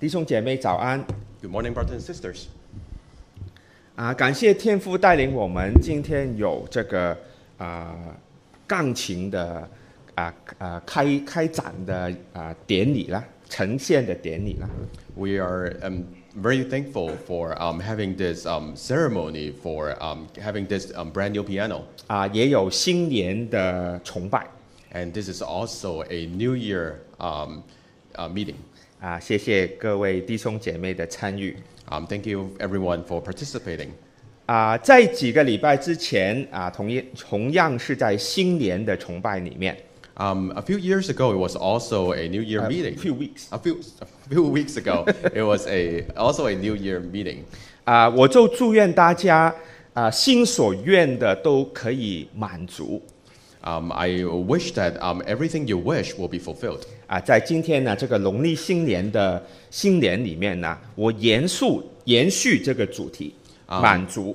弟兄姐妹早安 Good morning, brothers and sisters. 啊！感谢天父带领我们，今天有这个啊、钢琴的啊啊、开开展的啊、典礼啦，呈现的典礼啦。 We are um, very thankful for um, having this um, ceremony, for um, having this um, brand new piano. 啊，也有新年的崇拜 And this is also a New Year um, uh, meeting. 啊！谢谢各位弟兄姐妹的参与 Um, thank you, everyone, for participating. 啊！在几个礼拜之前啊，同一同样是在新年的崇拜里面 Um, a few years ago, it was also a New Year 啊 meeting. few weeks A few, a few weeks ago, it was a also a New Year meeting. 啊、我就祝愿大家啊、心所愿的都可以满足 Um, I wish that um, everything you wish will be fulfilled. 啊、在今天呢这个农历新年的新年里面呢，我严肃延续这个主题，啊满足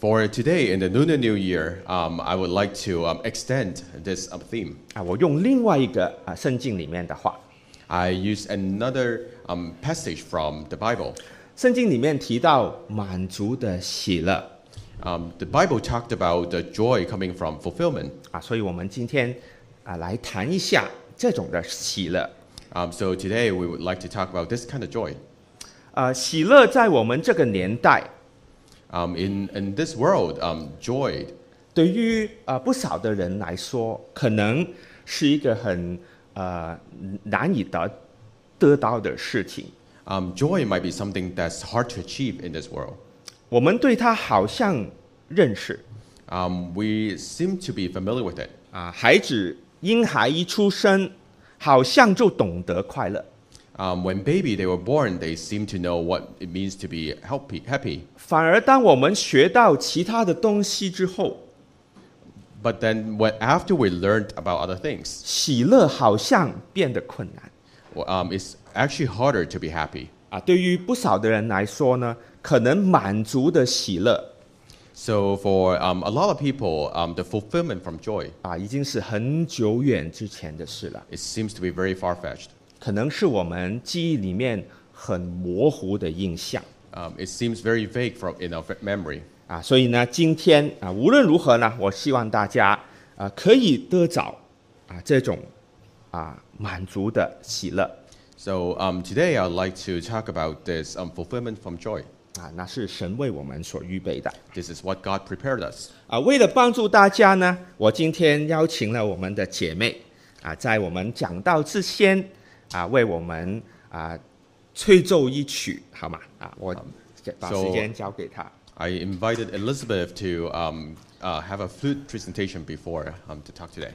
For today, in the Lunar New Year, um, I would like to um, extend this um, theme. 啊、我用另外一个啊、圣经里面的话， I use another um, passage from the Bible. 圣经里面提到满足的喜乐 Um, the Bible talked about the joy coming from fulfillment. 啊、所以我们今天啊、来谈一下这种的喜乐。 Um, so today, we would like to talk about this kind of joy. 呃，喜乐在我们这个年代， Um, in, in this world, um, joy 对于呃不少的人来说，可能是一个很呃难以得得到的事情。 um, joy might be something that's hard to achieve in this world. 我们对它好像认识 Um, we seem to be familiar with it. 啊，孩子婴孩一出生，好像就懂得快乐； Um, when baby they were born, they seem to know what it means to be happy. happy. 反而当我们学到其他的东西之后， But then when, after we learned about other things, 喜乐好像变得困难 well, um, it's actually harder to be happy. 啊。对于不少的人来说呢，可能满足的喜乐 So for um, a lot of people, um, the fulfillment from joy, 啊，已经是很久远之前的事了。 it seems to be very far-fetched. 可能是我们记忆里面很模糊的印象 Um, it seems very vague from in our memory. 啊，所以呢，今天啊，无论如何呢，我希望大家啊可以得着啊这种啊满足的喜乐 So um, today I'd like to talk about this um, fulfillment from joy. 啊，那是神为我们所预备的 This is what God prepared us. 啊。为了帮助大家呢，我今天邀请了我们的姐妹啊，在我们讲道之前啊，为我们啊吹奏一曲好吗？啊，我把时间交给她。 I invited Elizabeth to um, uh, have a flute presentation before um, to talk today.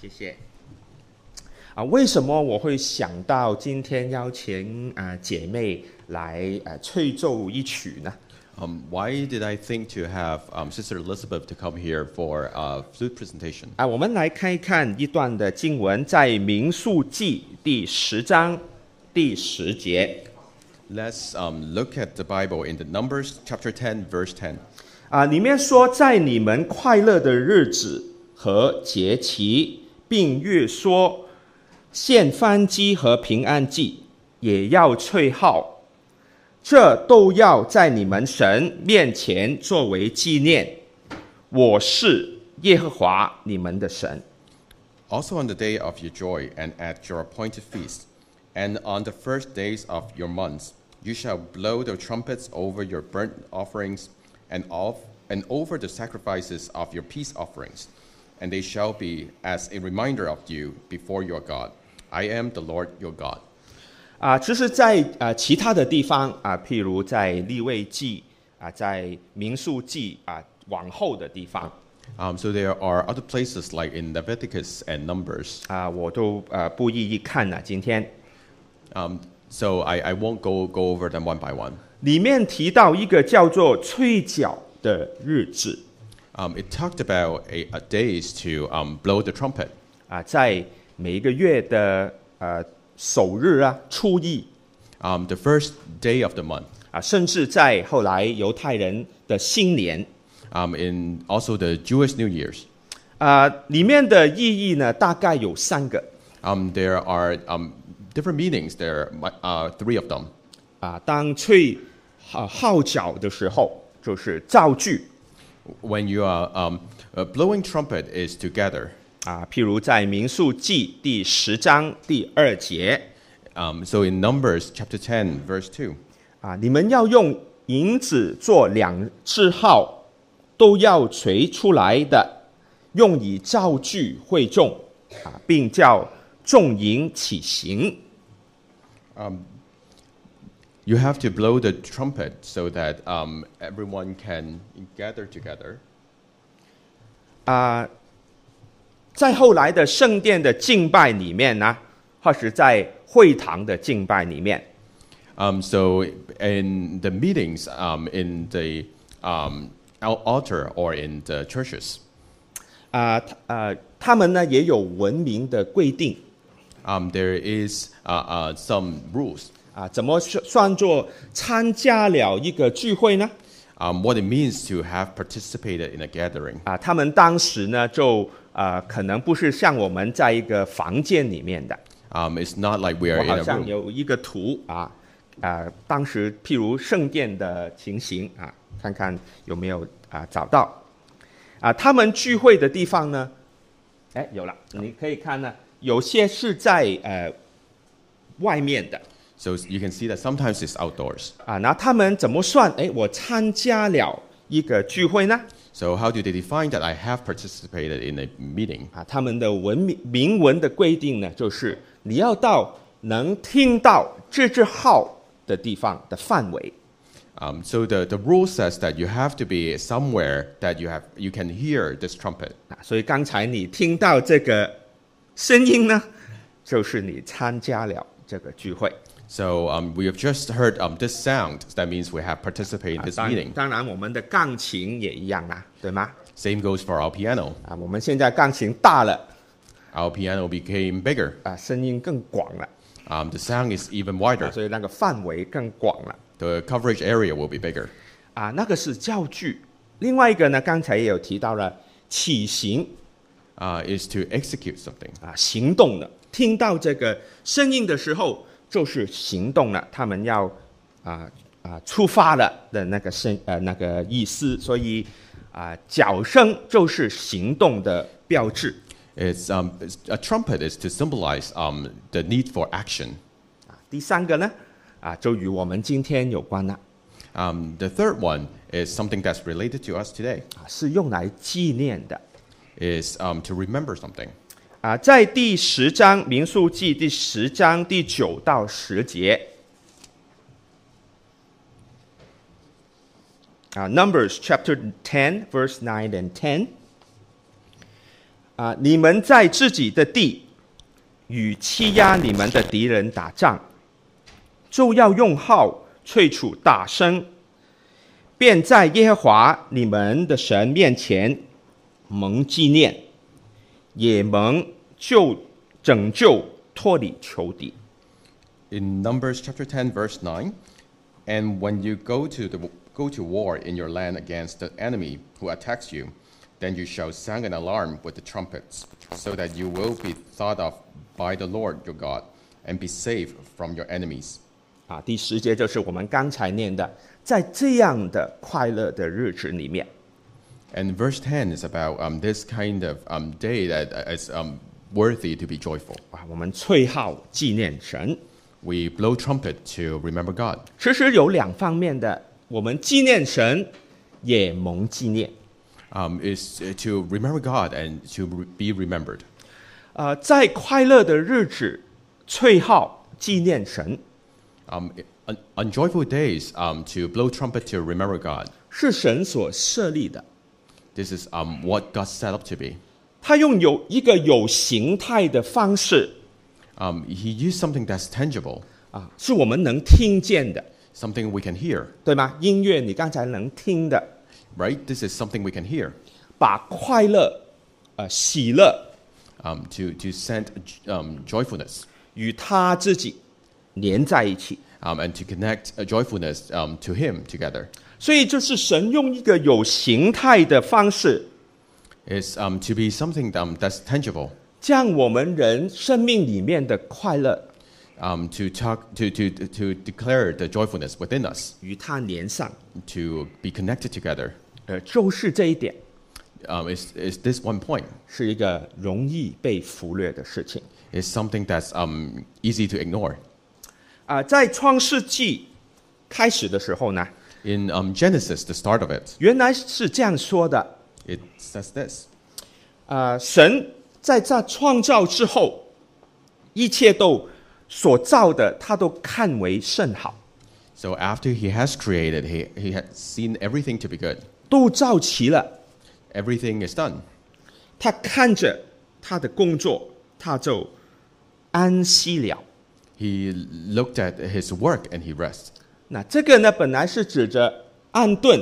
谢谢。啊，为什么我会想到今天邀请啊、姐妹来呃吹奏一曲呢？ Um, why did I think to have um, Sister Elizabeth to come here for a flute presentation? 啊，我们来看一看一段的经文，在民数记第十章第十节 Let's um, look at the Bible in the Numbers chapter 10, verse 10. 啊，里面说，在你们快乐的日子和节期，并越说献燔祭和平安祭，也要吹号，这都要在你们神面前作为纪念。我是耶和华你们的神。 Also on the day of your joy and at your appointed feast, and on the first days of your months, you shall blow the trumpets over your burnt offerings and off and over the sacrifices of your peace offerings, and they shall be as a reminder of you before your God. I am the Lord your God. 啊，其实在，呃其他的地方啊，譬如在立位记啊，在民数记啊往后的地方 Um, so there are other places like in Leviticus and Numbers. 啊，我都呃不一一看了。今天 Um, so I, I won't go, go over them one by one. 里面提到一个叫做吹角的日子 Um, it talked about a, a days to um, blow the trumpet. 啊，在每一个月的呃首日啊，初一 um, the first day of the month, 啊，甚至在后来犹太人的新年 um, in also the Jewish New Year's. 啊，里面的意义呢，大概有三个 Um, there are um, different meanings. There are uh, three of them. 啊。当吹啊号角的时候，就是造句。 When you are um, uh, blowing trumpet is together. 啊，譬如在民数记第十章第二节 Um, so in Numbers chapter 10, verse 2, 啊，你们要用银子做两字号，都要锤出来的，用以造句会众啊，并叫众营起行 you have to blow the trumpet so that um, everyone can gather together. 啊。在后来的圣殿的敬拜里面呢，或是在会堂的敬拜里面 Um, so in the meetings, um, in the um, al- altar or in the churches. 啊，他呃，他们呢也有文明的规定 um, there is uh, uh, some rules. 啊，怎么算算作参加了一个聚会呢？ Um, what it means to have participated in a gathering. 啊，他们当时呢就呃，可能不是像我们在一个房间里面的， Um, it's not like we 我 are 好 in a 像 room. 有一个图啊，啊，当时譬如圣殿的情形啊，看看有没有啊找到啊，他们聚会的地方呢，哎，有了，你可以看呢，有些是在呃外面的 So you can see that sometimes it's outdoors. 啊，那他们怎么算？哎，我参加了一个聚会呢？ So how do they define that I have participated in a meeting? 啊，他们的文明明文的规定呢，就是你要到能听到这只号的地方的范围 Um, so the, the rule says that you have to be somewhere that you have you can hear this trumpet. 啊。所以刚才你听到这个声音呢，就是你参加了这个聚会。 So um, we have just heard um, this sound. That means we have participated in 啊 this 当 meeting. 当然，我们的钢琴也一样啦，对吗？ Same goes for our piano. 啊，我们现在钢琴大了 Our piano became bigger. 啊，声音更广了、 Um, the sound is even 啊 wider. 所以那个范围更广了 the coverage area will be bigger. 啊。那个是教具。另外一个呢，刚才也有提到了起行 Uh, is to execute something. 啊行动了。听到这个声音的时候，就是行动了，他们要啊啊出发了的那个声呃那个意思。所以啊，脚声就是行动的标志 It's, um, it's a trumpet is to symbolize um, the need for action. 啊。第三个呢啊，就与我们今天有关了 Um, the third one is something that's related to us today. 啊，是用来纪念的 Is um, to remember something. 啊。在第十章《民数记》第十章第九到十节。啊，《Numbers》Chapter Ten Verse Nine and Ten。啊，你们在自己的地与欺压你们的敌人打仗，就要用号吹出大声，便在耶和华你们的神面前蒙纪念，也蒙救拯救脱离仇敌。 In Numbers chapter 10, verse 9, and when you go to, the, go to war in your land against the enemy who attacks you, then you shall sound an alarm with the trumpets, so that you will be thought of by the Lord your God, and be safe from your enemies. 啊，第十节就是我们刚才念的，在这样的快乐的日子里面， And verse 10 is about um, this kind of um, day that is um, worthy to be joyful. 啊，我们吹号纪念神。 We blow trumpet to remember God. 其实有两方面的，我们纪念神，也蒙纪念。 Um, is to remember God and to re- be remembered. 呃，在快乐的日子，吹号纪念神， Um, on, on joyful days, um, to blow trumpet to remember God. 是神所设立的。 This is um, what God set up to be. 他用有一个有形态的方式 Um, he used something that's tangible, 啊，是我们能听见的， something we can hear, 对吗？音乐你刚才能听的， right? This is something we can hear. 把快乐、呃喜乐 Um, to, to send um, joyfulness 与他自己连在一起。 um, and to connect uh, joyfulness um, to Him together. 所以就是神用一个有形态的方式， is um, to be something um, that's tangible, 将我们人生命里面的快乐 um, to talk, to, to, to declare the joyfulness within us, 与他连上。 to be connected together. 呃，就是这一点 Um, is, is this one point? 是一个容易被忽略的事情。 Is something that's um, easy to ignore. 啊、在创世纪开始的时候呢， In um, Genesis, the start of it, 原来是这样说的：， it says this. 啊，神在这创造之后，一切都所造的，他都看为甚好， So after he has created, he, he has seen everything to be good. 都造齐了。 Everything is done. 他看着他的工作，他就安息了。 He looked at his work and he rests. 那这个呢，本来是指着安顿、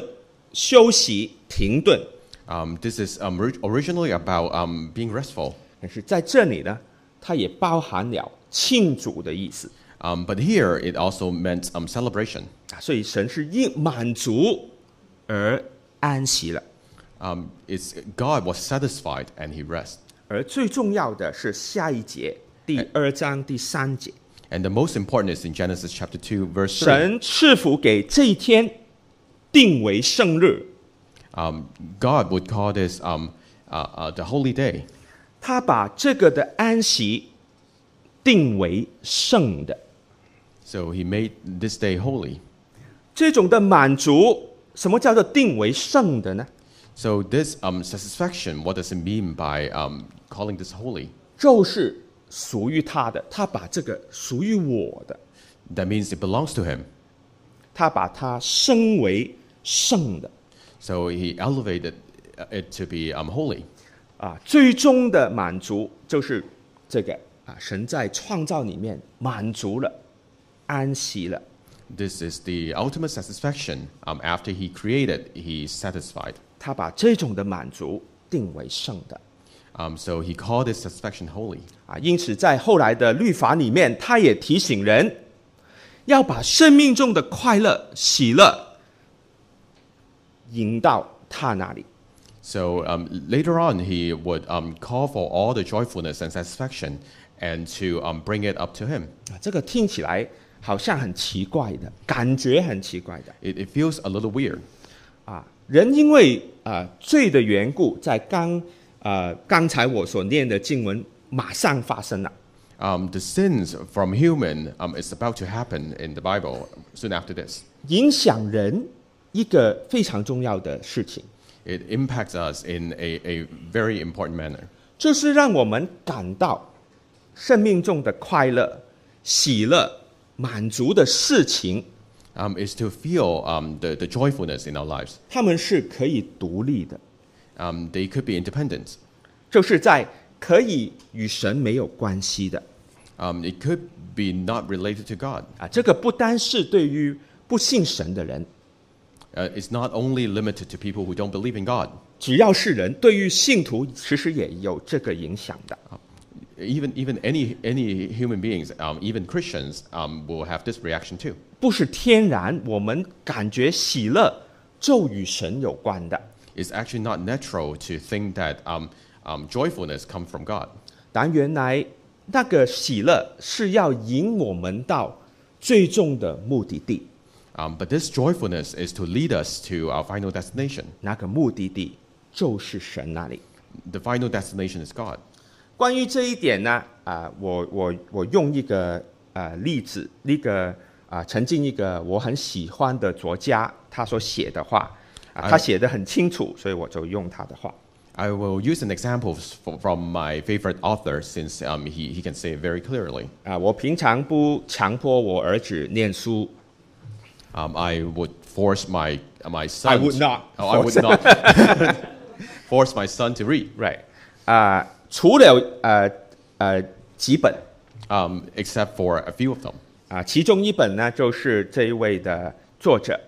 休息、停顿， Um, this is um, ri- originally about um, being restful. 可是在这里呢，它也包含了庆祝的意思 Um, but here it also meant um, celebration. 啊，所以神是因满足而安息了， Um, it's God was satisfied and he rests. 而最重要的是下一节第二章第三节， And the most important is in Genesis chapter 2, verse 3. 神赐福给这一天定为圣日， Um, God would call this um, uh, uh, the holy day. 他把这个的安息定为圣的， So he made this day holy. 这种的满足，什么叫做定为圣的呢？ So this um, satisfaction, what does it mean by um, calling this holy? 就是属于他的，他把这个属于我的， That means it belongs to him. 他把它升为圣的 So he elevated it to be um, holy. 啊，最终的满足就是这个啊，神在创造里面满足了，安息了。 This is the ultimate satisfaction. Um, after he created, he satisfied. 他把这种的满足定为圣的 Um, so he called this satisfaction holy. 啊，因此在后来的律法里面，他也提醒人要把生命中的快乐、喜乐引到他那里。 So um, later on, he would um, call for all the joyfulness and satisfaction and to um, bring it up to him. 啊，这个听起来好像很奇怪的感觉，很奇怪的 It, it feels a little weird. 啊。人因为啊、呃罪的缘故，在刚呃刚才我所念的经文马上发生了 Um, the sins from human um, is about to happen in the Bible soon after this. 影响人一个非常重要的事情， It impacts us in a, a very important manner. 就是让我们感到生命中的快乐、喜乐、满足的事情， Um, is to feel um, the, the joyfulness in our lives. 他们是可以独立的， Um, they could be independent. 就是在可以与神没有关系的 Um, it could be not related to God. 啊。这个不单是对于不信神的人， Uh, it's not only limited to people who don't believe in God. 只要是人，对于信徒其实也有这个影响的。 Even even any any human beings, um, even Christians, um, will have this reaction too. 不是天然我们感觉喜乐就与神有关的。 It's actually not natural to think that um, um, joyfulness comes from God. 但原来那个喜乐是要引我们到最终的目的地， Um, but this joyfulness is to lead us to our final destination. 那个目的地就是神那里。 The final destination is God. 关于这一点呢，啊、我我我用一个呃例子，一个啊、曾经一个我很喜欢的作家他所写的话，啊、他写的很清楚，所以我就用他的话。 I will use an example f- from my favorite author since um, he, he can say it very clearly. 啊、我平常不强迫我儿子念书， Um, I would force my my son. would not Oh, I would not force my son to read, Right，啊、除了呃呃几本 um, except for a few of them. 啊、其中一本呢就是这一位的作者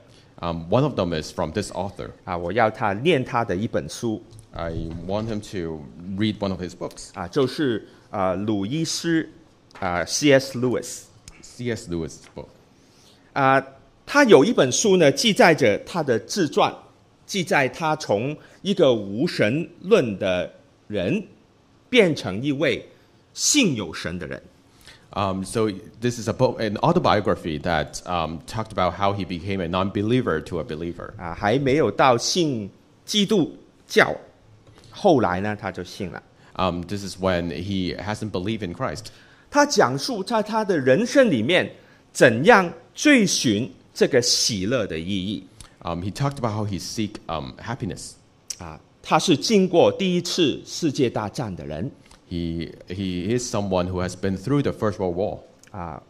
Um, one of them is from this author. 啊、我要他念他的一本书 I want him to read one of his books, 啊、就是呃鲁伊斯啊、C.S. Lewis C.S. Lewis' book. 啊、他有一本书呢，记载着他的自传，记载他从一个无神论的人变成一位信有神的人。 Um, so this is a book, an autobiography that um, talked about how he became a non-believer to a believer. 啊，还没有到信基督教，后来呢他就信了。 Um, this is when he hasn't believed in Christ. 他讲述在他的人生里面怎样追寻这个喜乐的意义 Um, he talked about how he seek um, happiness. 啊。他是经过第一次世界大战的人 He he is someone who has been through the First World War. 啊，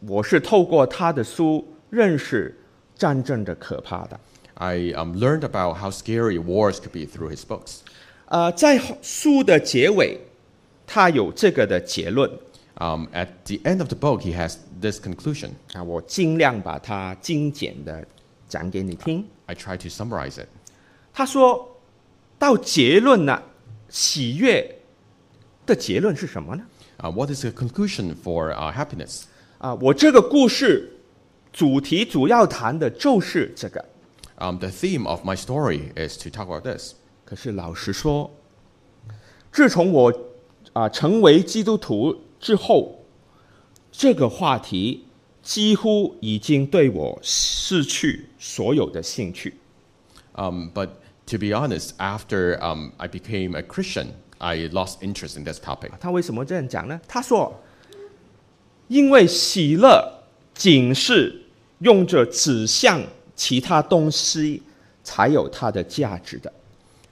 我是透过他的书认识战争的可怕的。 I um, learned about how scary wars could be through his books. 呃，在书的结尾，他有这个的结论 Um, at the end of the book, he has this conclusion. 啊，我尽量把它精简的讲给你听。 I try to summarize it. 他说到结论了，喜悦的结论是什么呢？ Uh, what is the conclusion for uh, happiness? 啊，我这个故事主题主要谈的就是这个。 Um, the theme of my story is to talk about this. 可是老实说，自从我啊、成为基督徒之后，这个话题几乎已经对我失去所有的兴趣。 Um, but to be honest, after um, I became a Christian, I lost interest in this topic. 他为什么这样讲呢？他说，因为喜乐仅是用着指向其他东西才有它的价值的。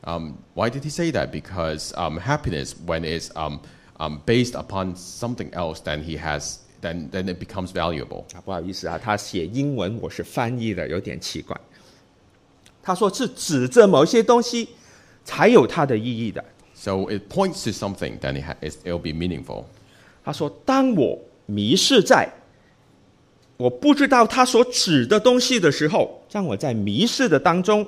Um, why did he say that? Because um, happiness, when it's um, um, based upon something else, then he has then then it becomes valuable. 啊，不好意思啊，他写英文我是翻译的，有点奇怪。他说是指着某些东西才有它的意义的。 So it points to something, then it ha- it's, it'll be meaningful. 他说，当我迷失在我不知道他所指的东西的时候，让我在迷失的当中，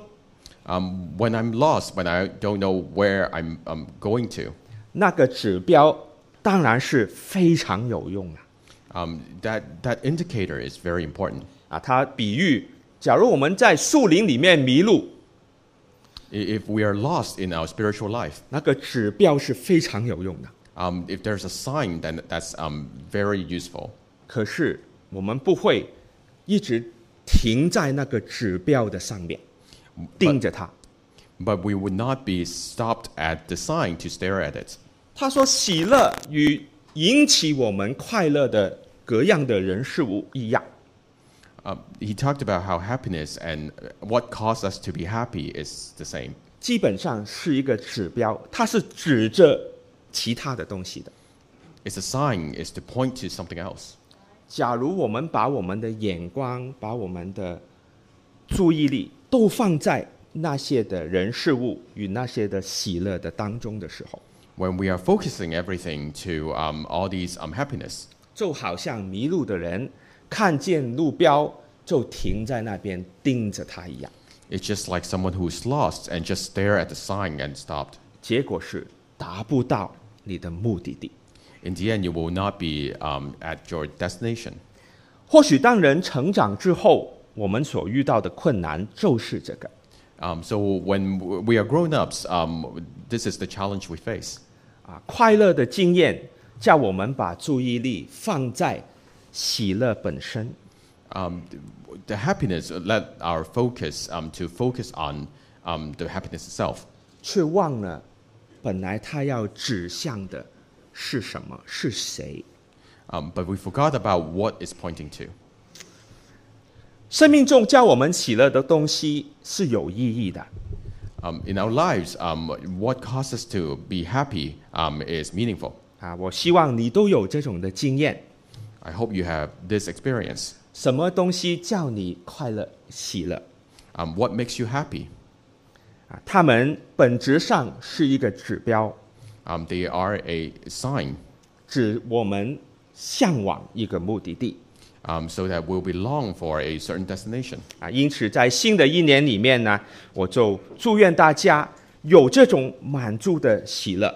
Um, when I'm lost, when I don't know where I'm um, going to, 那个指标当然是非常有用啊。 um, that that indicator is very important. 啊，他比喻，假如我们在树林里面迷路， I- If we are lost in our spiritual life, 那个指标是非常有用的。 um, if there's a sign, then that's um, very useful. 可是我们不会一直停在那个指标的上面，盯着它。 But we would not be stopped at the sign to stare at it. 他说：“喜乐与引起我们快乐的各样的人事物一样， Um, he talked about how happiness and uh, what caused us to be happy is the same. 基本上是一个指标，它是指着其他的东西的。 It's a sign, is to point to something else. 假如我们把我们的眼光、把我们的注意力都放在那些的人事物与那些的喜乐的当中的时候， when we are focusing everything to um, all these um, happiness, 就好像迷路的人看见路标就停在那边盯着它一样， it's just like someone who's lost and just stare at the sign and stopped. 结果是达不到你的目的地。 In the end, you will not be um, at your destination. 或许当人成长之后，我们所遇到的困难就是这个 Um, so when w- we are grown ups, um, this is the challenge we face. 啊，快乐的经验叫我们把注意力放在喜乐本身， Um, th- the happiness uh, let our focus um, to focus on um, the happiness itself, 却忘了本来它要指向的是什么，是谁。 um, but we forgot about what it's pointing to. 生命中教我们喜乐的东西是有意义的， Um, in our lives, um, what causes us to be happy um, is meaningful. 啊，我希望你都有这种的经验。 I hope you have this experience. 什么东西叫你快乐、喜乐？ Um, what makes you happy? 啊，它们本质上是一个指标， Um, they are a sign 指我们向往一个目的地。 um, so that we'll belong for a certain destination. 啊，因此在新的一年里面呢，我就祝愿大家有这种满足的喜乐，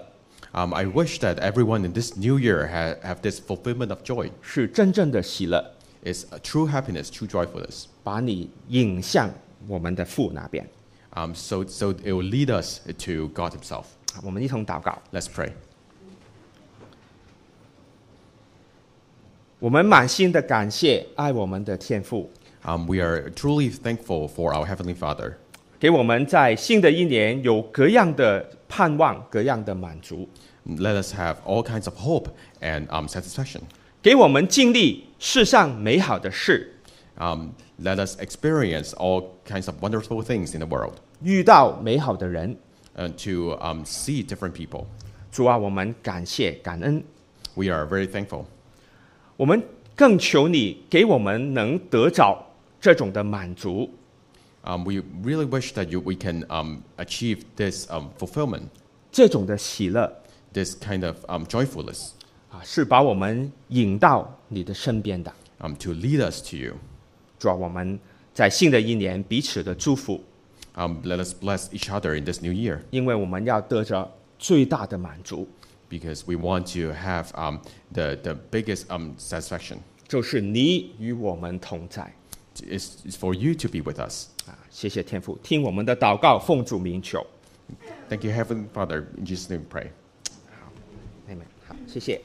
Um, I wish that everyone in this new year ha- have this fulfillment of joy. 是真正的喜乐， It's a true happiness, true joyfulness. 把你引向我们的父那边。 Um, so, so it will lead us to God Himself. 啊我们一同祷告， Let's pray. 我们满心的感谢爱我们的天父， Um, we are truly thankful for our Heavenly Father 给我们在新的一年有各样的盼望，各样的满足， let us have all kinds of hope and um, satisfaction. 给我们经历世上美好的事， Um, let us experience all kinds of wonderful things in the world 遇到美好的人。 and to um, see different people. 主啊，我们感谢感恩， We are very thankful. 我们更求你给我们能得着这种的满足， Um, we really wish that you, we can um, achieve this um, fulfillment, 这种的喜乐 this kind of um, joyfulness 啊，是把我们引到你的身边的。 um, to lead us to you. 主啊，我们在新的一年彼此的祝福， Um, let us bless each other in this new year 因为我们要得着最大的满足， because we want to have um, the, the biggest um, satisfaction 就是你与我们同在 is is for you to be with us. 啊！谢谢天父，听我们的祷告，奉主名求， Thank you, Heavenly Father. In Jesus' name we pray. 阿门。好，谢谢。